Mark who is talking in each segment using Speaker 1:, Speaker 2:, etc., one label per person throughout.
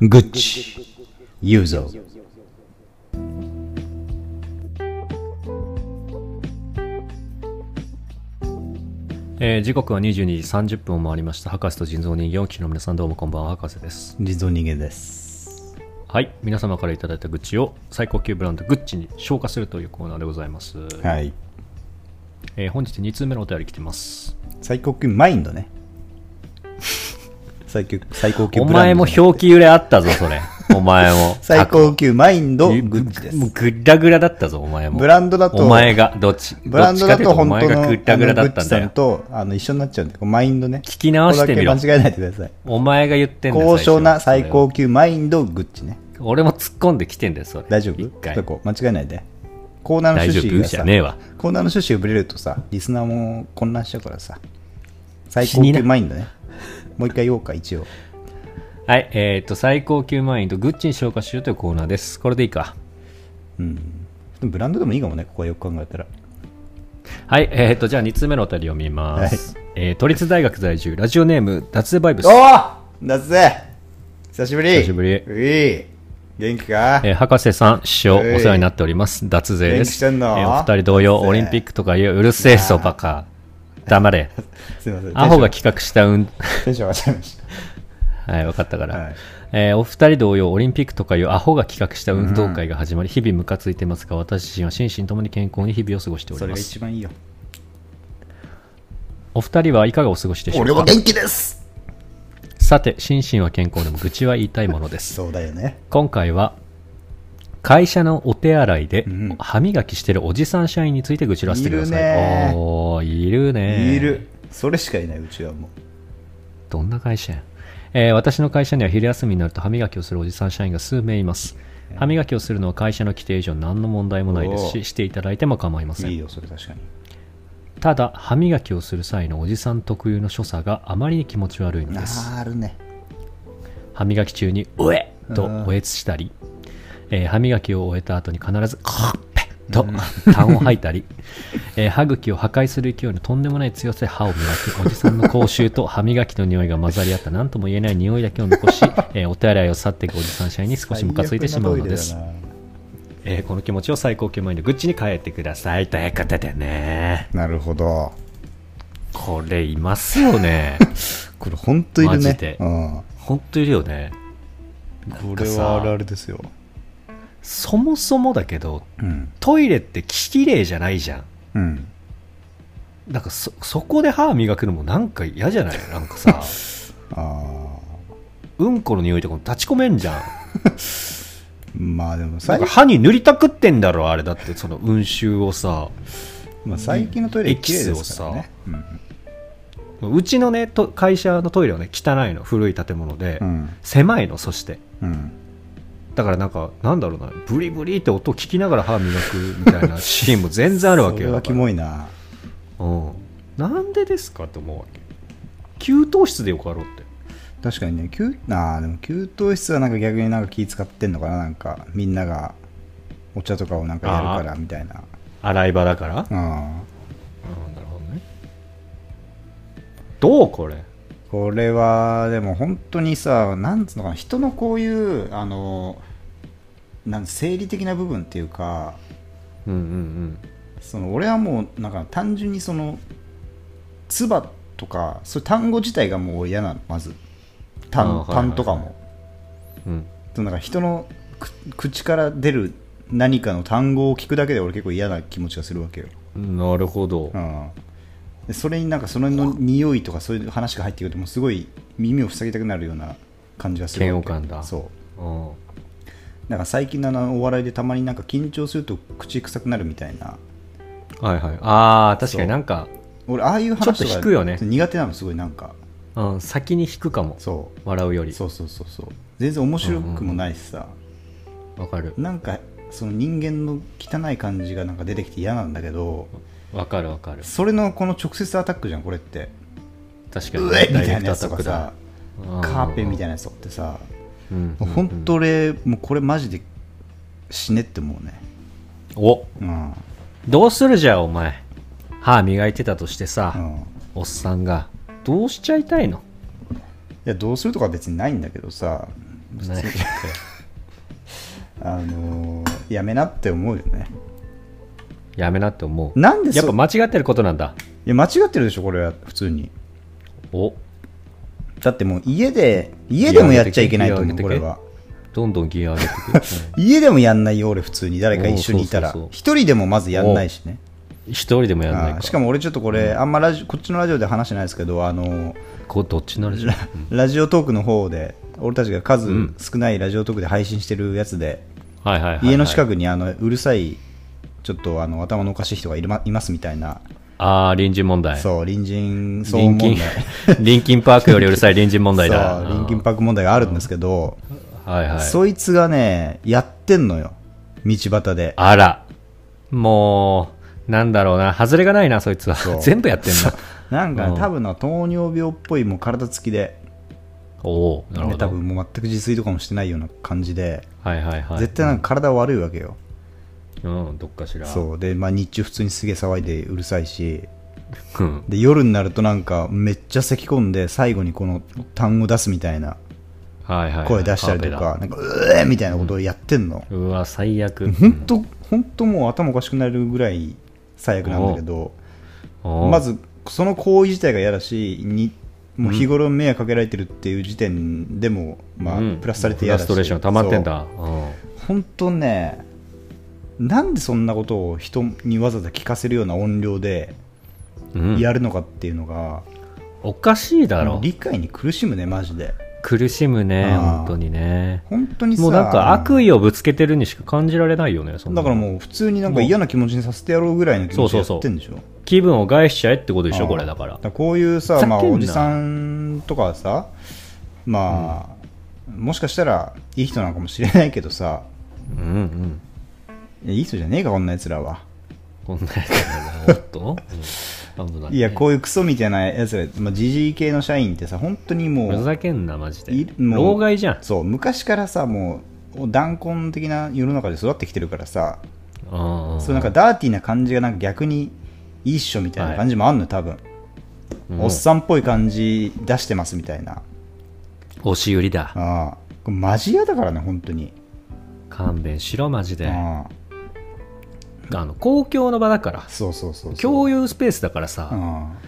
Speaker 1: グッチ、ユーゾー。
Speaker 2: えー時刻は22時30分を回りました博士と人造人形をお聞きの皆さんどうもこんばんは博士です
Speaker 1: 地蔵人間です。
Speaker 2: はい皆様からいただいた愚痴を最高級ブランドグッチに消化するというコーナーでございます、
Speaker 1: はい。
Speaker 2: えー本日2通目のお便り来てます
Speaker 1: 最高級マインド ね。最高最高級
Speaker 2: お
Speaker 1: ブラ
Speaker 2: 前
Speaker 1: ンド
Speaker 2: も
Speaker 1: じゃなくて。
Speaker 2: 表記揺れあったぞ それお前も
Speaker 1: 最高級マインド、
Speaker 2: あ
Speaker 1: グ
Speaker 2: ぐ
Speaker 1: ッチです
Speaker 2: もう。ぐらぐらだったぞお前も
Speaker 1: ブランドだと
Speaker 2: お前がどっち
Speaker 1: ブランドだと本当の
Speaker 2: どっちかっていうとお前がぐらぐらだ
Speaker 1: あのグッ
Speaker 2: った
Speaker 1: チ
Speaker 2: んだ
Speaker 1: さん
Speaker 2: よ
Speaker 1: とあの一緒になっちゃうんで、こうマインドね。
Speaker 2: 聞き直してみろ
Speaker 1: ここだけ間違えないでください。
Speaker 2: お前が言ってんだよ
Speaker 1: 高尚な
Speaker 2: 最
Speaker 1: 最
Speaker 2: 初
Speaker 1: 高級マインド、グッチね。
Speaker 2: それを俺も突っ込んできてんだよそれ
Speaker 1: 大丈夫
Speaker 2: 一回
Speaker 1: そこ間違えないで。コーナーの
Speaker 2: 大丈
Speaker 1: 趣旨
Speaker 2: 夫
Speaker 1: が
Speaker 2: じ
Speaker 1: さ、
Speaker 2: ゃねえわ
Speaker 1: コーナーの趣旨をぶれるとさ、リスナーも混乱しちゃうからさ、最
Speaker 2: 死
Speaker 1: 高
Speaker 2: にな
Speaker 1: 級マインドね。もう一回言おうか、一応。
Speaker 2: はい、えっ、と、最高級マインド、グッチに消化しようというコーナーです。これでいいか。
Speaker 1: うん。でもブランドでもいいかもね、ここはよく考えたら。
Speaker 2: はい、えっ、と、じゃあ2通目のお便りを見ます。えー都立大学在住、ラジオネーム、脱税バイブス。
Speaker 1: おお夏ぜ久しぶり
Speaker 2: 久しぶり
Speaker 1: うい元気か
Speaker 2: えー博士さん、師匠、お
Speaker 1: えい
Speaker 2: 世話になっております。脱税で
Speaker 1: 元気し
Speaker 2: す。
Speaker 1: てんの
Speaker 2: お二人同様、
Speaker 1: うるせえ
Speaker 2: オリンピックとかいう、うるせえそばか。黙 れ。
Speaker 1: すいません。
Speaker 2: アホが企画した運、
Speaker 1: テンション上がっちゃいました。
Speaker 2: はい、分かったから、
Speaker 1: はい
Speaker 2: えーお二人同様オリンピックとかいうアホが企画した運動会が始まり、日々ムカついてますが私自身は心身ともに健康に日々を過ごしてお
Speaker 1: そ
Speaker 2: り
Speaker 1: れ
Speaker 2: ま
Speaker 1: が
Speaker 2: す
Speaker 1: 一番いいよ。
Speaker 2: お二人はいかがお過ごしでしょうか
Speaker 1: 俺は元気です
Speaker 2: さて、心身は健康でも愚痴は言いたいも のです。
Speaker 1: そうだよね。
Speaker 2: 今回は、会社のお手洗いで
Speaker 1: ん
Speaker 2: 歯磨きしてるおじさん社員について愚痴らせてください。
Speaker 1: いるね
Speaker 2: おー、いるね。
Speaker 1: い。る。それしかいない、うちはも
Speaker 2: どんな会社や、えー私の会社には昼休みになると歯磨きをするおじさん社員が数名います。歯磨きをするのは会社の規定以上何の問題もないです
Speaker 1: おー
Speaker 2: し、していただいても構いませ
Speaker 1: う。
Speaker 2: ん
Speaker 1: いい。よ、それ確かに。
Speaker 2: ただ、歯磨きをする際のおじさん特有の所作があまりに気持ち悪いのです。
Speaker 1: あーあるね。
Speaker 2: 歯磨き中に「うえ!」と
Speaker 1: うん
Speaker 2: おえつしたり、えー歯磨きを終えた後に必ず「カッペ!」と 痰を吐いたり、えー歯茎を破壊する勢いのとんでもない強さで歯を磨きおじさんの口臭と 歯磨きの匂いが混ざり合った何とも言えない匂いだけを残 し、えーお手洗いを去っていくおじさん社員に少しムカついてしまうのです
Speaker 1: 最、悪なトイレだ
Speaker 2: えーこの気持ちを最高級マインドグッチに変えてくださいということでね
Speaker 1: ななるほど。
Speaker 2: これいます よね
Speaker 1: これ、ほんといる
Speaker 2: マジ
Speaker 1: ね
Speaker 2: で。
Speaker 1: うん
Speaker 2: 本当いるよね
Speaker 1: こ
Speaker 2: れはあるあ
Speaker 1: るですよ。
Speaker 2: そもそもだけど
Speaker 1: うん。
Speaker 2: トイレってきれいじゃないじゃん
Speaker 1: うん。
Speaker 2: なんかそそこで歯磨くのもなんか嫌じゃないなんか さ
Speaker 1: あ
Speaker 2: うんこの匂いとかも立ち込めんじゃん
Speaker 1: ーまあでも
Speaker 2: な
Speaker 1: 最
Speaker 2: んか、歯に塗りたくってんだろあれだってその温臭をさ
Speaker 1: まあ、最近のトイレ綺麗ですから
Speaker 2: エ
Speaker 1: ね。
Speaker 2: うちのねと会社のトイレはね汚いの古い建物で、
Speaker 1: うん。
Speaker 2: 狭いのそして
Speaker 1: うん。
Speaker 2: だからなんかなんだろうなブリブリって音聞きながら歯磨くみた いなシーンも全然あるわけ
Speaker 1: そ
Speaker 2: よ
Speaker 1: れはキモいな。
Speaker 2: うん、なんでですかって思うわけ給湯室でよかろうって
Speaker 1: 確かにね、給あーでも給湯室はなんか逆になんか気使ってんのかな、なんかみんながお茶とかをなんかやるからみたいな。
Speaker 2: 洗い場だから
Speaker 1: うん、
Speaker 2: なるほどねどうこれ
Speaker 1: これはでも本当にさ、なんつうのかな、人のこういう、あの、なん生理的な部分っていうか、
Speaker 2: うんうん
Speaker 1: その俺はもうなんか単純にその「つば」とかそういう単語自体がもう嫌なのまず「た
Speaker 2: あー
Speaker 1: ん」
Speaker 2: はいはいはい
Speaker 1: 単とかも
Speaker 2: うんうん
Speaker 1: そのなんか人のく口から出る何かの単語を聞くだけで俺結構嫌な気持ちがするわけよ、
Speaker 2: なるほど
Speaker 1: うん、でそれになんかそのの匂いとかそういう話が入ってくるともうすごい耳を塞ぎたくなるような感じがするわけ
Speaker 2: 嫌悪感だ
Speaker 1: そう
Speaker 2: うん
Speaker 1: なんか最近のあのお笑いでたまになんか緊張すると口臭くなるみたいな
Speaker 2: はいはいああ確かになんか、
Speaker 1: 俺ああいう話とか
Speaker 2: ちょっと引くよね
Speaker 1: 苦手なのすごいなんか
Speaker 2: うん、先に引くかも
Speaker 1: そう
Speaker 2: 笑うより
Speaker 1: そうそうそうそう全然面白くもないしさ、
Speaker 2: わかる
Speaker 1: なんかその人間の汚い感じがなんか出てきて嫌なんだけど
Speaker 2: わかるわかる
Speaker 1: それのこの直接アタックじゃんこれって
Speaker 2: 確か
Speaker 1: う
Speaker 2: に
Speaker 1: えみ
Speaker 2: ダ
Speaker 1: た
Speaker 2: イ
Speaker 1: いな
Speaker 2: レクト
Speaker 1: や
Speaker 2: ア
Speaker 1: つと
Speaker 2: タッ
Speaker 1: か
Speaker 2: クだ
Speaker 1: さカーペンみたいなやつとかってさ
Speaker 2: いな
Speaker 1: 本当俺もうこれマジで死ねって思うね
Speaker 2: お
Speaker 1: うん
Speaker 2: どうするじゃあお前歯磨いてたとしてさ、
Speaker 1: うんい
Speaker 2: おっさんがどうしちゃいたいの
Speaker 1: やどうするとかは別にないんだけどさ
Speaker 2: ない
Speaker 1: あのーやめなって思うよね
Speaker 2: やめなって思う
Speaker 1: なんでそ
Speaker 2: やっぱ間違ってることなんだ
Speaker 1: いや間違ってるでしょこれは普通に
Speaker 2: お
Speaker 1: だってもう家で家でもやっちゃいけないと
Speaker 2: いや
Speaker 1: 思
Speaker 2: 上
Speaker 1: う
Speaker 2: げてけ
Speaker 1: これは
Speaker 2: どんどんギア上げて く
Speaker 1: 家でもやんないよ俺普通に誰か一緒にいたら
Speaker 2: おうそうそうそう
Speaker 1: 一人でもまずやんないしね
Speaker 2: うん一人でもやんない
Speaker 1: あ
Speaker 2: か
Speaker 1: ーしかも俺ちょっとこれ、あんまラジオこっちのラジオで話してないですけどあの
Speaker 2: こうどっちのあれじゃん
Speaker 1: ラジオトークの方で俺たちが数
Speaker 2: うん
Speaker 1: 少ないラジオトークで配信してるやつで、
Speaker 2: はいはいはい、はい、
Speaker 1: 家の近くにあのうるさいちょっとあの頭のおかしい人がいるまいますみたいな、
Speaker 2: ああ隣人問題
Speaker 1: そう隣人騒音
Speaker 2: 隣
Speaker 1: 問
Speaker 2: 近
Speaker 1: 題
Speaker 2: 隣近 パークよりうるさい隣人問題だ
Speaker 1: そう隣近パーク問題があるんですけど、
Speaker 2: クはいはい
Speaker 1: そいつがねやってんのよ道端で
Speaker 2: あらもうなんだろうな外れがないなそいつは
Speaker 1: そう
Speaker 2: 全部やってんだ
Speaker 1: なんか、
Speaker 2: うん
Speaker 1: 多分な糖尿病っぽいもう体つきで、
Speaker 2: おおなる
Speaker 1: ね
Speaker 2: ほ
Speaker 1: 多
Speaker 2: ど、
Speaker 1: 分もう全く自炊とかもしてないような感じで、
Speaker 2: はいはいはい
Speaker 1: 絶対なんか体悪いわけよ、
Speaker 2: うんどっかしら
Speaker 1: そうで、まあ、日中普通にすげえ騒いでうるさいし
Speaker 2: うん
Speaker 1: で夜になるとなんかめっちゃ咳き込んで最後にこの単語出すみたいな
Speaker 2: はいはいはい
Speaker 1: 声出したりと
Speaker 2: カ
Speaker 1: か
Speaker 2: ー
Speaker 1: なんかうえーみたいなことをやってんの
Speaker 2: ペだうわ最悪
Speaker 1: 本当本当もう頭おかしくなるぐらい最悪なんだけど
Speaker 2: おー
Speaker 1: まずその行為自体が嫌だしにもう日頃迷惑かけられてるっていう時点でも、まあ
Speaker 2: うん
Speaker 1: プラスされて嫌だし
Speaker 2: フラストレーション溜まってんだうん
Speaker 1: そう本当ねなんでそんなことを人にわざわざ聞かせるような音量で
Speaker 2: うん
Speaker 1: やるのかっていうのが、
Speaker 2: おかしいだろ
Speaker 1: 理解に苦しむねマジで
Speaker 2: 苦しむね
Speaker 1: あー
Speaker 2: 本当にね
Speaker 1: 本当にさ
Speaker 2: もうなんか悪
Speaker 1: 意
Speaker 2: 意をぶつけてるにしか感じられないよねそんな
Speaker 1: だ
Speaker 2: の
Speaker 1: からもう普通になんか嫌な気持ちにさせてやろうぐらいの気持ちでやってんでしょ
Speaker 2: 気分を害しちゃえってことでし
Speaker 1: あ
Speaker 2: ょ
Speaker 1: ー
Speaker 2: これだから
Speaker 1: だからこういう
Speaker 2: ふざ
Speaker 1: さ、
Speaker 2: けん
Speaker 1: ま
Speaker 2: な
Speaker 1: あ、おじさんとかはさまあ、もしかしたらいい人なのかもしれないけどさ
Speaker 2: うんうん
Speaker 1: いやいい人じゃねえかこんなやつらは
Speaker 2: こんなやつ だなおっとうん危ないね
Speaker 1: いやこういうクソみたいなやつらまあ、ジジイ系の社員ってさ本当にも
Speaker 2: ふ
Speaker 1: う
Speaker 2: ざけんなマジで
Speaker 1: いもう
Speaker 2: 老害じゃん
Speaker 1: そう昔からさもう断根的な世の中で育ってきてるからさ、
Speaker 2: うん
Speaker 1: そうなんかダーティーな感じがなんか逆にいいっしょみたいな感じもあんのよ多分、
Speaker 2: うん
Speaker 1: おっさんっぽい感じ出してますみたいな
Speaker 2: 押し売りだ
Speaker 1: ああこれマジ嫌だからね本当に、
Speaker 2: 勘弁しろマジであ
Speaker 1: ああ
Speaker 2: の公共の場だから
Speaker 1: そうそうそうそう
Speaker 2: 共有スペースだからさ
Speaker 1: ああ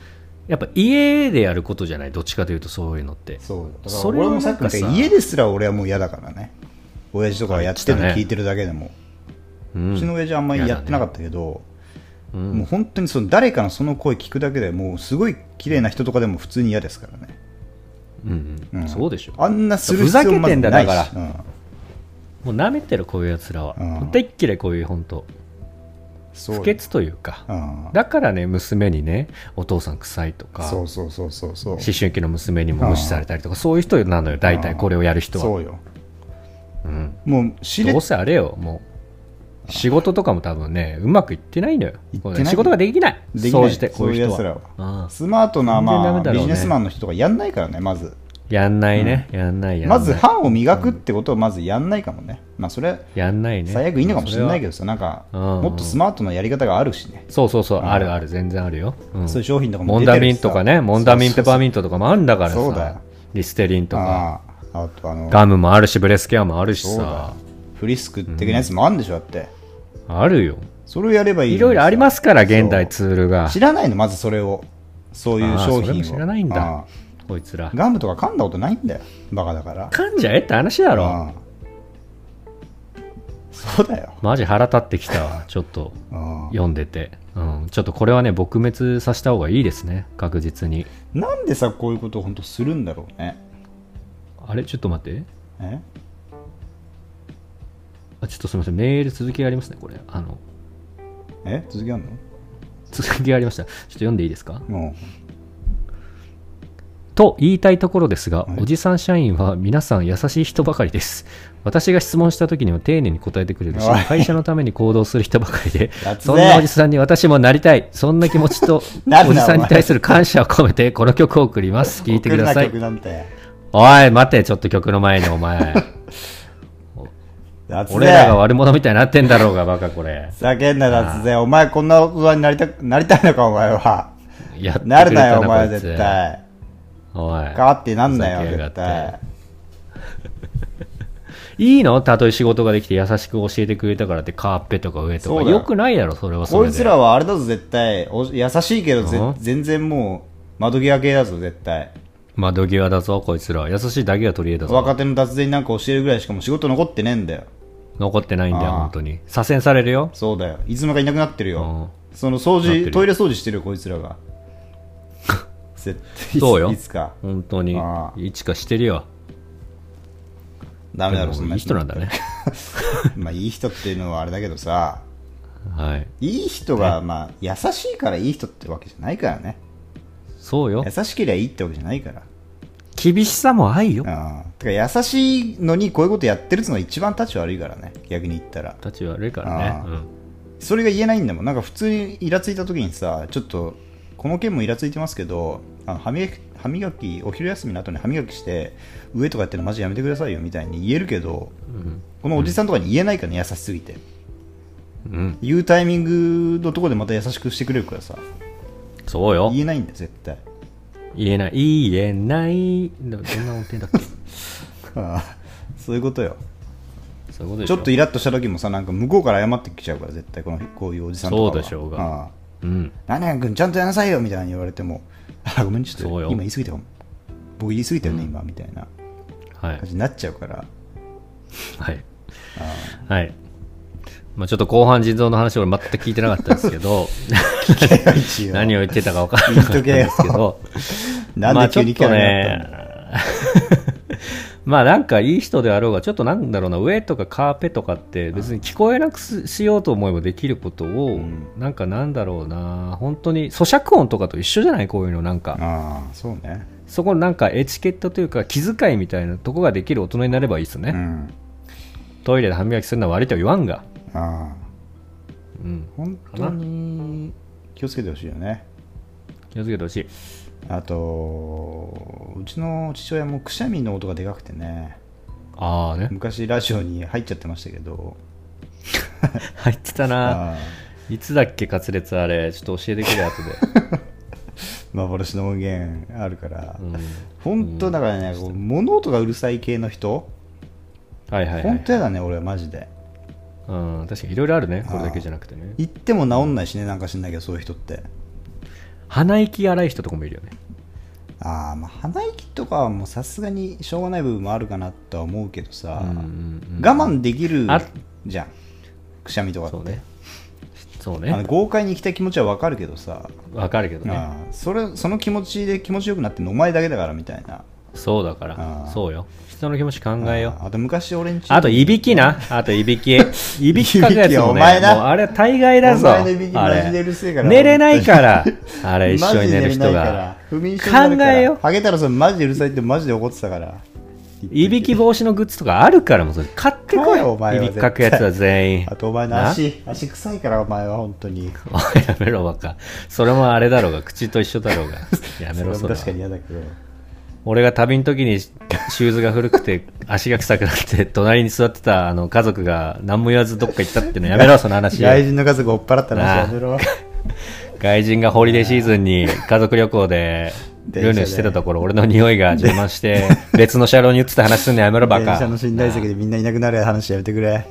Speaker 2: やっぱ家でやることじゃないどっちかというとそういうのって
Speaker 1: そうだから
Speaker 2: それ
Speaker 1: 俺
Speaker 2: をな
Speaker 1: も
Speaker 2: ん
Speaker 1: さ
Speaker 2: か
Speaker 1: っきみたい
Speaker 2: さ
Speaker 1: に家ですら俺はもう嫌だからね親父とかがやってるの
Speaker 2: あ言ってたね
Speaker 1: 聞いてるだけでも、
Speaker 2: う
Speaker 1: うちの
Speaker 2: ん
Speaker 1: 親父あんまりやってなかったけど、
Speaker 2: う
Speaker 1: もうん本当にその誰かのその声聞くだけでもうすごい綺麗な人とかでも普通に嫌ですからね、
Speaker 2: うんう
Speaker 1: うんん
Speaker 2: そうでしょ
Speaker 1: あんなする必要もまず
Speaker 2: ふざけてんだ
Speaker 1: ないし
Speaker 2: だか
Speaker 1: うん
Speaker 2: もう舐めてるこういうやつら
Speaker 1: う
Speaker 2: は
Speaker 1: ん
Speaker 2: 大っ嫌いこういう本当
Speaker 1: そう
Speaker 2: 不潔というか
Speaker 1: うん
Speaker 2: だからね娘にねお父さん臭いとか
Speaker 1: そうそうそうそうそう
Speaker 2: 思春期の娘にも無視されたりとかそういう人なのよ大体これをやる人
Speaker 1: そ
Speaker 2: は、
Speaker 1: うよ
Speaker 2: うん、
Speaker 1: もう知れ
Speaker 2: どうせあれよもう仕事とかも多分ねうまくいってないのよ
Speaker 1: いってない
Speaker 2: これね仕事ができない
Speaker 1: できな
Speaker 2: 総
Speaker 1: い
Speaker 2: じてこういう人
Speaker 1: そういう
Speaker 2: は
Speaker 1: 奴
Speaker 2: ああ
Speaker 1: スマートな、
Speaker 2: 全然ダ
Speaker 1: まあ
Speaker 2: メだ
Speaker 1: ビ
Speaker 2: ろうね
Speaker 1: ジネスマンの人がやんないからねまず
Speaker 2: やんないね、やんないやんな
Speaker 1: ま
Speaker 2: い
Speaker 1: ず歯を磨くってことをまずやんないかもねまあそれは
Speaker 2: やんないね
Speaker 1: 最悪いいのかもしれないけ
Speaker 2: ど
Speaker 1: どさなんか
Speaker 2: うん
Speaker 1: もっとスマートなやり方があるしね
Speaker 2: そうそうそう
Speaker 1: うん
Speaker 2: あるある全然あるよ、うん
Speaker 1: そういう商品とかも
Speaker 2: モ
Speaker 1: 出
Speaker 2: ン
Speaker 1: てる
Speaker 2: ダ
Speaker 1: し
Speaker 2: ミンとかねモンダミンペパーミントとかもあるんだから
Speaker 1: そうだ
Speaker 2: さ
Speaker 1: よ
Speaker 2: リステリンとか
Speaker 1: あああとあの
Speaker 2: ガムもあるしブレスケアもあるし
Speaker 1: そうだ
Speaker 2: さ
Speaker 1: フリスク的なやつもあるんでしょだって
Speaker 2: あるよ
Speaker 1: それをやればいいのに
Speaker 2: い
Speaker 1: さ
Speaker 2: ろいろありますから現代ツールが
Speaker 1: 知らないのまずそれをそういう
Speaker 2: ああ
Speaker 1: 商
Speaker 2: それ
Speaker 1: 品を
Speaker 2: も知らないんだ
Speaker 1: ああ
Speaker 2: こいつら
Speaker 1: ガムとか噛んだことないんだよバカだから
Speaker 2: 噛んじゃえって話だろ
Speaker 1: ああそうだよ
Speaker 2: マジ腹立ってきた わちょっと
Speaker 1: ああ
Speaker 2: 読んでて、うん、ちょっとこれはね撲滅させた方がいいですね確実に
Speaker 1: なんでさこういうことを本当するんだろうね
Speaker 2: あれちょっと待って
Speaker 1: え
Speaker 2: あちょっとすみませんメール続きがありますねこれあの
Speaker 1: え続きあんの
Speaker 2: 続きがありましたちょっと読んでいいですか
Speaker 1: も
Speaker 2: と言いたいところですが、
Speaker 1: はい
Speaker 2: おじさん社員は皆さん優しい人ばかりです私が質問した時には丁寧に答えてくれるし
Speaker 1: おい
Speaker 2: 会社のために行動する人ばかりで
Speaker 1: 雑だ
Speaker 2: そんなおじさんに私もなりたいそんな気持ちと
Speaker 1: なるな
Speaker 2: おじさんに対する感謝を込めてこの曲を送ります
Speaker 1: う
Speaker 2: 聴いてください
Speaker 1: 送るな曲なんて
Speaker 2: おい待てちょっと曲の前に お前
Speaker 1: 雑
Speaker 2: 俺らが
Speaker 1: だよ
Speaker 2: 悪者みたいになってんだろうがバカこれ
Speaker 1: 叫んだ雑だよお前こんな大人になりたく なりたいのかお前は
Speaker 2: やってくれ
Speaker 1: なるなよ
Speaker 2: た
Speaker 1: お
Speaker 2: な
Speaker 1: 前
Speaker 2: こいつ
Speaker 1: 絶対
Speaker 2: おい
Speaker 1: 変わってなんなよ
Speaker 2: ふざけやがっ
Speaker 1: 絶
Speaker 2: て
Speaker 1: 対
Speaker 2: いいのたとえ仕事ができて優しく教えてくれたからってカーペとか上と
Speaker 1: そう
Speaker 2: か
Speaker 1: だよ
Speaker 2: よくないだろそれはそれ
Speaker 1: こ
Speaker 2: で
Speaker 1: いつらはあれだぞ絶対お優しいけどぜ
Speaker 2: うん
Speaker 1: 全然もう窓際系だぞ絶対
Speaker 2: 窓際だぞこいつら優しいだけが取り柄だぞ
Speaker 1: 若手の達人なんか教えるぐらいしかもう仕事残ってねえんだよ
Speaker 2: 残ってないんだよ
Speaker 1: あー
Speaker 2: 本当に左遷されるよ
Speaker 1: そうだよいつの間にかいなくなってるよその掃
Speaker 2: なってる
Speaker 1: 除
Speaker 2: よ
Speaker 1: トイレ掃除してるよこいつら が絶対いつ
Speaker 2: そうよ
Speaker 1: いつか
Speaker 2: 本当に
Speaker 1: あ
Speaker 2: 一かしてるよ
Speaker 1: ダメだろ
Speaker 2: で
Speaker 1: そ
Speaker 2: も
Speaker 1: んない
Speaker 2: い人なん だね
Speaker 1: まあいい人っていうのはあれだけどさ
Speaker 2: はい
Speaker 1: いい人がまあ優しいからいい人ってわけじゃないからね
Speaker 2: そうよ
Speaker 1: 優しければいいってわけじゃないから
Speaker 2: 厳しさも愛よ
Speaker 1: うんてか優しいのにこういうことやってるっつうのが一番立ち悪いからね逆に言ったら
Speaker 2: たち悪いからね
Speaker 1: あーそれが言えないんだもんなんか普通にイラついた時にさちょっとこの件もイラついてますけどあの歯磨き歯磨きお昼休みの後に歯磨きして上とかやってるのマジやめてくださいよみたいに言えるけど
Speaker 2: うん
Speaker 1: このおじさんとかに言えないからね優しすぎて
Speaker 2: うん、うん、
Speaker 1: 言うタイミングのところでまた優しくしてくれるからさ
Speaker 2: そうよ
Speaker 1: 言えないんだよ絶対
Speaker 2: 言えない言えないどどんな音程だっけ
Speaker 1: ああそういうことよ
Speaker 2: そういうことでし
Speaker 1: ち
Speaker 2: ょ
Speaker 1: ょっとイラッとした時もさなんか向こうから謝ってきちゃうから絶対このこういうおじさんとかは
Speaker 2: そうでしょうが
Speaker 1: ああ
Speaker 2: うん
Speaker 1: 何々君ちゃんとやりなさいよみたいに言われても あごめんちょっ
Speaker 2: そう
Speaker 1: と
Speaker 2: よ
Speaker 1: 今言い過ぎたかも僕言い過ぎたよね、今みたいな
Speaker 2: はい
Speaker 1: 感じになっちゃうから
Speaker 2: はい。はい。まあちょっと後半地蔵の話俺全く聞いてなかったですけど、
Speaker 1: 一応
Speaker 2: 何を言ってたか分からなかったんですけど、
Speaker 1: なんで急にキャラになったんだ、
Speaker 2: まあちょっとね まあなんかいい人であろうが、ちょっとなんだろうな、上とかカーペとかって別に聞こえなくすしようと思えばできることを、
Speaker 1: うん
Speaker 2: なんかなんだろうな、本当に咀嚼音とかと一緒じゃないこういうのなんか。
Speaker 1: ああそうね
Speaker 2: そこのなんかエチケットというか気遣いみたいなとこができる大人になればいいですね。
Speaker 1: うん
Speaker 2: トイレで歯磨きするのは悪いとは言わんが。
Speaker 1: ああ
Speaker 2: うん。
Speaker 1: 本当に気をつけてほしいよね
Speaker 2: 気をつけてほしい。
Speaker 1: あとうちの父親もくしゃみの音がでかくてね
Speaker 2: あ あね。
Speaker 1: 昔ラジオに入っちゃってましたけど
Speaker 2: 入ってたな。
Speaker 1: ああ
Speaker 2: いつだっけ、カツレツあれ。ちょっと教えてくれ、後で。
Speaker 1: 幻の音源あるから、
Speaker 2: うん、
Speaker 1: 本当だからね、こう物音がうるさい系の人、
Speaker 2: はいはい、はい。
Speaker 1: 本当やだね、俺はマジで。
Speaker 2: うん、確かにいろいろあるね。これだけじゃなくてね。
Speaker 1: 行っても治んないしね、なんかしんないけど、そういう人って。
Speaker 2: 鼻息荒い人とかもいるよね。
Speaker 1: ああ、まあ、鼻息とかはもうさすがにしょうがない部分もあるかなとは思うけどさ、
Speaker 2: うんうんうん
Speaker 1: 我慢できる
Speaker 2: あ
Speaker 1: じゃん、くしゃみとか
Speaker 2: そう
Speaker 1: って。
Speaker 2: ね。そう
Speaker 1: あの
Speaker 2: ね。
Speaker 1: 豪快に行きたい気持ちはわかるけどさ、
Speaker 2: わかるけどね。
Speaker 1: ああそれその気持ちで気持ちよくなってんのお前だけだからみたいな。
Speaker 2: そうだから
Speaker 1: あ。ー
Speaker 2: そうよ。人の気持ち考えよう。
Speaker 1: あああと昔俺んち
Speaker 2: あと、いびきな。あと、い びき。いびきかくやつもね。
Speaker 1: いびきはお前な
Speaker 2: もうあれ、大概だぞ。
Speaker 1: お前のいびき
Speaker 2: あれ
Speaker 1: マジでうるせえから
Speaker 2: 寝れない から。あれ、一緒に寝る人が
Speaker 1: マ。ジで寝れないから不眠症になるから
Speaker 2: 考えよ
Speaker 1: ハゲたらそれマジでうるさいってマジで怒ってたから
Speaker 2: いびき防止のグッズとかあるからもうそれ買ってこ
Speaker 1: 買えよお前
Speaker 2: い。い
Speaker 1: は
Speaker 2: びきかくやつは全員。
Speaker 1: あとお前の足足臭いからお前は本当に
Speaker 2: な。おいやめろ、バカ。それもあれだろうが、口と一緒だろう が。やめろ、
Speaker 1: そ
Speaker 2: そ
Speaker 1: れは
Speaker 2: れ
Speaker 1: 確かに
Speaker 2: は。
Speaker 1: 嫌だけど
Speaker 2: 俺が旅の時にシューズが古くて、足が臭くなって、隣に座ってたあの家族が何も言わずどっか行ったっていうのやめろ、その話。
Speaker 1: 外人の家族追っ払ったらやめろ
Speaker 2: 外人がホリデーシーズンに家族旅行でル
Speaker 1: 電車で
Speaker 2: ールしてたところ、俺の匂いが邪魔して、別の車両に移って話すんのやめろ、バ
Speaker 1: 電
Speaker 2: カ。
Speaker 1: 車の寝台席でみんないなくなる話やめてくれ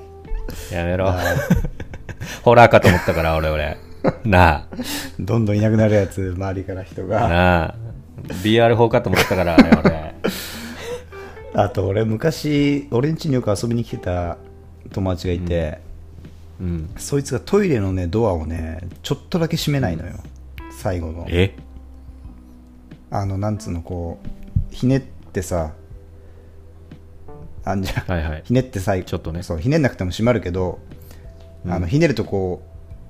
Speaker 2: やめろ。 ホラーかと思ったから、俺、俺。な
Speaker 1: どんどんいなくなるやつ周りから人
Speaker 2: あ、
Speaker 1: が
Speaker 2: なあ。BR 法かと思ったから、あれ俺。
Speaker 1: あと俺昔俺ん家によく遊びに来てた友達がいて、
Speaker 2: うん。
Speaker 1: そいつがトイレのねドアをねちょっとだけ閉めないのよ最後の
Speaker 2: え
Speaker 1: あのなんつうのこうひねってさあんじゃん
Speaker 2: はいはい
Speaker 1: ひ。ねって最後
Speaker 2: ちょっとね
Speaker 1: そうひねんなくても閉まるけど、あのひねるとこ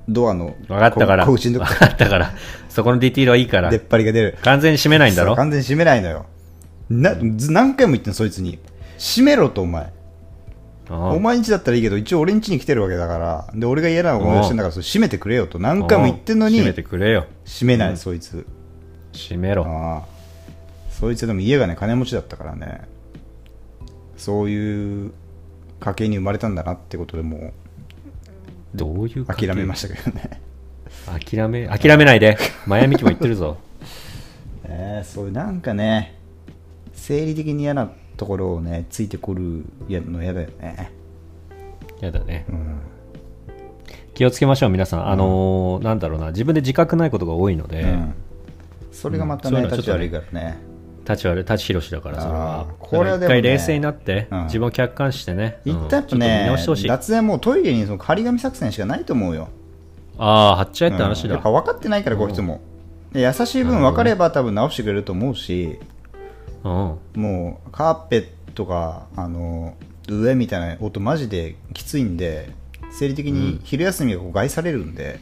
Speaker 1: うドアの
Speaker 2: 分かったから。
Speaker 1: こう
Speaker 2: 分
Speaker 1: 拳のとこ
Speaker 2: かったから。そこのディティールはいいから
Speaker 1: 出。っ張りが出る
Speaker 2: 完全に閉めないんだ
Speaker 1: そう
Speaker 2: ろ
Speaker 1: 完全に閉めないのよなず何回も言ってんのそいつに閉めろとお前お
Speaker 2: お
Speaker 1: 前ん家だったらいいけど一応俺ん家に来てるわけだからで俺が嫌な思いをしてんだからそれ閉めてくれよと何回も言ってんのに
Speaker 2: 閉めて
Speaker 1: 閉
Speaker 2: くれよ。
Speaker 1: めないそいつ
Speaker 2: 閉めろ。
Speaker 1: ああそいつでも家がね金持ちだったからねそういう家系に生まれたんだなってことでも
Speaker 2: どういう
Speaker 1: う諦めましたけど ね
Speaker 2: た。諦め、諦めないで。マヤミキも言ってるぞ。
Speaker 1: えーそういうなんかね生理的に嫌なところをねついてこるやの嫌だよね
Speaker 2: やだね
Speaker 1: うん
Speaker 2: 気をつけましょう皆さんあのーなんだろうな自分で自覚ないことが多いので、
Speaker 1: うんそれがまたね、
Speaker 2: うんそういうのは
Speaker 1: 立ち
Speaker 2: ちょっ
Speaker 1: 悪
Speaker 2: とね
Speaker 1: いからね
Speaker 2: 立ち悪い立ち広しだからそれ
Speaker 1: あ
Speaker 2: は
Speaker 1: ーこれはでもね
Speaker 2: だから一回冷静になって、
Speaker 1: うん
Speaker 2: 自分を客観視してね
Speaker 1: 一旦やっぱ
Speaker 2: うんちょっと見
Speaker 1: ね
Speaker 2: 直してほしいあ
Speaker 1: 脱税もうトイレにその張り紙作戦しかないと思うよ
Speaker 2: あー貼っちゃえって
Speaker 1: う
Speaker 2: 話
Speaker 1: ん
Speaker 2: だ、
Speaker 1: やっぱ分かってないからこいつもで優しい分分かれば多分直してくれると思うし
Speaker 2: うん
Speaker 1: もうカーペットがあの上みたいな音マジできついんで生理的に昼休みがこう害されるんで、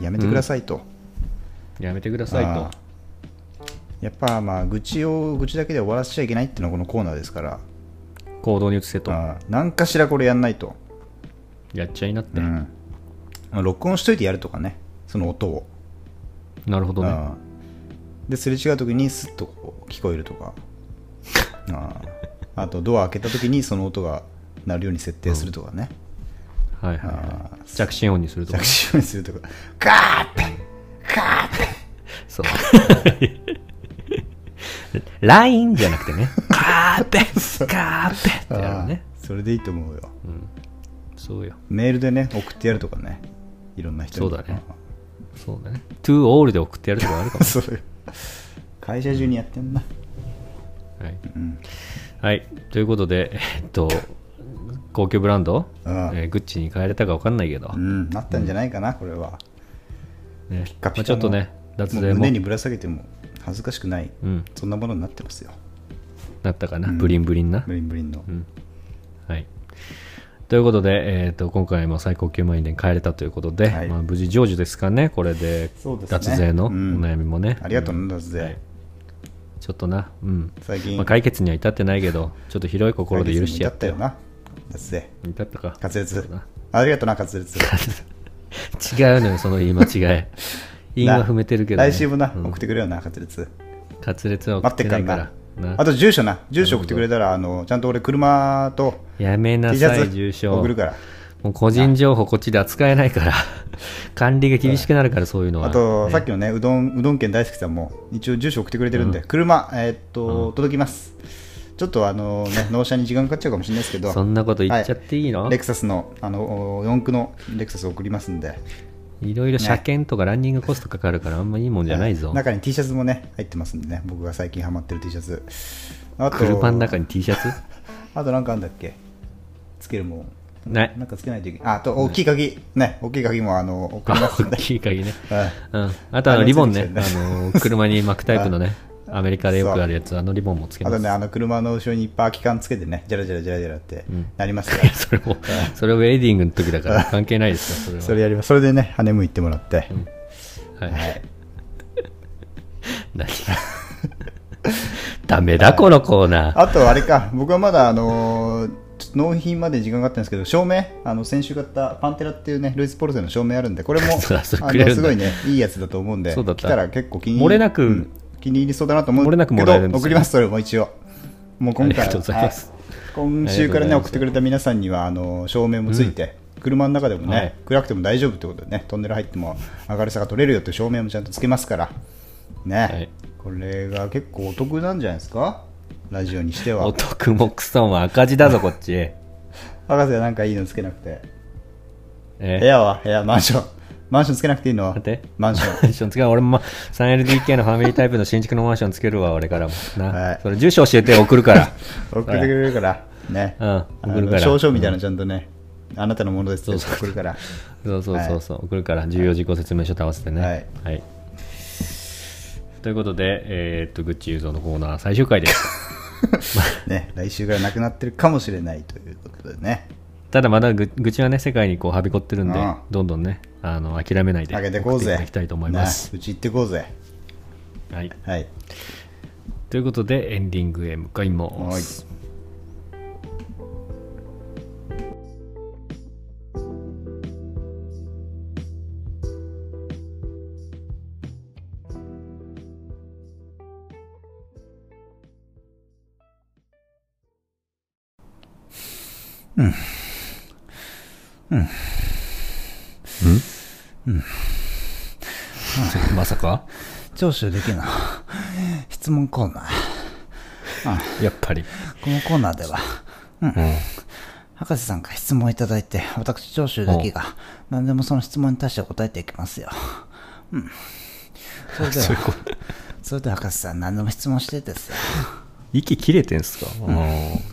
Speaker 1: やめてくださいと、
Speaker 2: やめてください
Speaker 1: あ
Speaker 2: と
Speaker 1: ーやっぱまあ愚痴を愚痴だけで終わらせちゃいけないっていうのがこのコーナーですから
Speaker 2: 行動に移せと
Speaker 1: あー何かしらこれやんないと、
Speaker 2: やっちゃいなって、
Speaker 1: うんまあ録音しといてやるとかねその音を、
Speaker 2: なるほどね、
Speaker 1: あーですれ違う時にスッとこう聞こえると かあーあとドア開けた時にその音が鳴るように設定するとかね、
Speaker 2: はいはい
Speaker 1: あ
Speaker 2: はい着信音にするとか
Speaker 1: 着信音にするとか、ガーって、ガーって、
Speaker 2: そう LINE じゃなく てねカーってカーってってやるのね
Speaker 1: あーそれでいいと思うよ。
Speaker 2: そうよ
Speaker 1: メールでね、送ってやるとかね、いろんな人に
Speaker 2: そうだねそうだね To all で送ってやるとかあるか も
Speaker 1: そういう会社中にやってんな。
Speaker 2: はい、はい、ということで、えっと、高級ブランド、
Speaker 1: う
Speaker 2: え
Speaker 1: ん
Speaker 2: ーグッチに変えれたか分かんないけど、
Speaker 1: うん、なったんじゃないかな、これは。
Speaker 2: ね
Speaker 1: カピカの
Speaker 2: まあちょっとね、脱
Speaker 1: も
Speaker 2: 税
Speaker 1: う
Speaker 2: も
Speaker 1: 胸にぶら下げても恥ずかしくない、
Speaker 2: うん
Speaker 1: そんなものになってますよ。
Speaker 2: なったかな、ブリンブリンな。
Speaker 1: ブリンブリンの。
Speaker 2: はい、ということで、えっと、今回も最高級マインで変えれたということで、
Speaker 1: はい
Speaker 2: まあ、無事成就ですかね、これで
Speaker 1: そうですね
Speaker 2: 脱税のお
Speaker 1: うん
Speaker 2: 悩みもね、
Speaker 1: ありがとう
Speaker 2: うん
Speaker 1: な、脱税、
Speaker 2: はいちょっとな、うん
Speaker 1: 最近、
Speaker 2: まあ、解決には至ってないけど、ちょっと広い心で許してや
Speaker 1: だ
Speaker 2: っ
Speaker 1: った
Speaker 2: て
Speaker 1: よ。な、脱税。
Speaker 2: 至ったか。
Speaker 1: 滑
Speaker 2: そう
Speaker 1: 舌
Speaker 2: だな。
Speaker 1: ありがとうな、滑舌。
Speaker 2: 違うのよ、その言い間 違い。韻は踏めてるけど、ね。
Speaker 1: 来週もな、
Speaker 2: うん
Speaker 1: 送ってくれよな、滑舌。
Speaker 2: 滑舌は送
Speaker 1: 待っ
Speaker 2: って
Speaker 1: て
Speaker 2: な
Speaker 1: か
Speaker 2: い
Speaker 1: ら
Speaker 2: から
Speaker 1: な。
Speaker 2: な
Speaker 1: あと住所な住所送ってくれたらあのちゃんと俺車と
Speaker 2: やめな
Speaker 1: T シ
Speaker 2: さい、
Speaker 1: ャ
Speaker 2: 住
Speaker 1: ツ
Speaker 2: 所。
Speaker 1: 送るから
Speaker 2: もう個人情報こっちで扱えないから。 管理が厳しくなるから、そういうのは。
Speaker 1: あと
Speaker 2: ね
Speaker 1: さっきのねうどんうどん県大好きさんも一応住所送ってくれてるんで車えーっと届きますちょっとあのね納車に時間かかっちゃうかもしれないですけど
Speaker 2: そんなこと言っちゃっていいの、
Speaker 1: はいレクサスのあのお4駆のレクサス送りますんで
Speaker 2: い、ろいろ車検とかランニングコストかかるから、あんまいいもんじゃないぞ。
Speaker 1: 中に T シャツもね入ってますんでね僕が最近ハマってる T シャツあと
Speaker 2: 車の中に T シャツ
Speaker 1: あとなんかあんだっけつけるもん
Speaker 2: ない。
Speaker 1: なんかつけないといけないああと大きい鍵ね大きい鍵もあの送りますん
Speaker 2: 大
Speaker 1: で
Speaker 2: きい鍵ね。
Speaker 1: はい
Speaker 2: うん。あとあのリボンね。
Speaker 1: あ
Speaker 2: あの、車に巻くタイ プのね。アメリカでよくあるやつ、あのリボンもつけ
Speaker 1: あ
Speaker 2: ま
Speaker 1: と
Speaker 2: す。
Speaker 1: ね、あの車の後ろにいっぱい空き缶つけてね、じゃらじゃらじゃらじゃらってなりますよ
Speaker 2: それも、それをウェディングの時 だから関係ないですよ、そ
Speaker 1: そ
Speaker 2: れ
Speaker 1: れやります。それでね、羽も行ってもらって。
Speaker 2: は。はい。何ダメだ、このコーナー。
Speaker 1: あと、あれか、僕はまだ、あのーちょっと納品まで時間があったんですけど、照明、あの先週買ったパンテラっていうね、ルイス・ポルセの照明あるんで、これも
Speaker 2: そうだそれ
Speaker 1: あ
Speaker 2: くれるんだ
Speaker 1: のすごいね、いいやつだと思うんで、
Speaker 2: そうだ
Speaker 1: 来
Speaker 2: った
Speaker 1: たら結構気に入
Speaker 2: 漏れなく
Speaker 1: うん気に入りそうだなと思う
Speaker 2: 漏れなくもらえるんですよ
Speaker 1: けど送ります、それも一応。もう今回
Speaker 2: ありがとうございます
Speaker 1: は今週からね、
Speaker 2: ありがとうございます
Speaker 1: 送ってくれた皆さんには、あの照明もついて、車の中でもね、
Speaker 2: はい
Speaker 1: 暗くても大丈夫ってことでね、トンネル入っても明るさが取れるよって照明もちゃんとつけますから、ね、
Speaker 2: い
Speaker 1: これが結構お得なんじゃないですか、ラジオにしては
Speaker 2: お。得もクソも赤字だぞ、こっち。
Speaker 1: 博士はなんかいいのつけなくて。部
Speaker 2: え
Speaker 1: 屋は部屋、マンション。マンションつけなくていいの
Speaker 2: 待って
Speaker 1: マンシ
Speaker 2: マ
Speaker 1: ョン。
Speaker 2: ンションつける俺もま 3LDK のファミリータイプの新築のマンションつけるわ、俺からも。な、
Speaker 1: はい
Speaker 2: それ住所教えて送 るから。
Speaker 1: 送ってくれるから。ね。
Speaker 2: うん
Speaker 1: あの
Speaker 2: 送るから
Speaker 1: 証書みたいなのちゃんとね、あなたのものですって送るから。
Speaker 2: そうそうそうそう、送るから、重要事項説明書と合わせてね。
Speaker 1: はい。
Speaker 2: ということで、えーっと、グッチ雄三のコーナー最終回です。
Speaker 1: ね。来週からなくなってるかもしれないということでね。
Speaker 2: ただまだぐ愚痴はね世界にこうはびこってるんで
Speaker 1: うん
Speaker 2: どんどんねあの諦めないで
Speaker 1: あげてこう
Speaker 2: 送ってい
Speaker 1: ぜ。
Speaker 2: ただきたいと思います、
Speaker 1: ねうち行ってこうぜ。
Speaker 2: はい、
Speaker 1: はい。
Speaker 2: ということでエンディングへ向かいま
Speaker 1: はい
Speaker 2: すまさか
Speaker 1: 聴取できるな。質問コーナー。
Speaker 2: やっぱり。
Speaker 1: このコーナーでは、うん
Speaker 2: うん。
Speaker 1: 博士さんから質問をいただいて、私、長州だけが、何でもその質問に対して答えていきますよ。うん。そ
Speaker 2: そう
Speaker 1: れ
Speaker 2: い
Speaker 1: で
Speaker 2: う
Speaker 1: は、
Speaker 2: こと。
Speaker 1: それでは博士さん、何でも質問してですよ。
Speaker 2: 息切れてんすか、うん、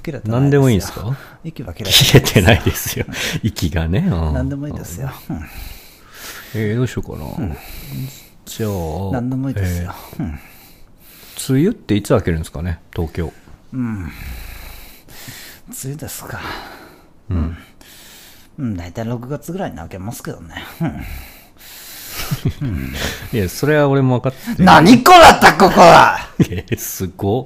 Speaker 1: 切れてないですよ
Speaker 2: 何でもいいんすか
Speaker 1: 息は切れて
Speaker 2: 切れてないですよ。 息がね。うん
Speaker 1: 何でもいいですよ。うん
Speaker 2: えーどうしようかな。じゃあ、
Speaker 1: 何でもいいですよ。うん
Speaker 2: えー梅雨っていつ明けるんですかね、東京。
Speaker 1: うん。梅雨ですか。
Speaker 2: うん。
Speaker 1: うん、大体6月ぐらいに開けますけどね。
Speaker 2: いや、それは俺も分かって
Speaker 1: う ん、何こらったここは
Speaker 2: て、すごっ。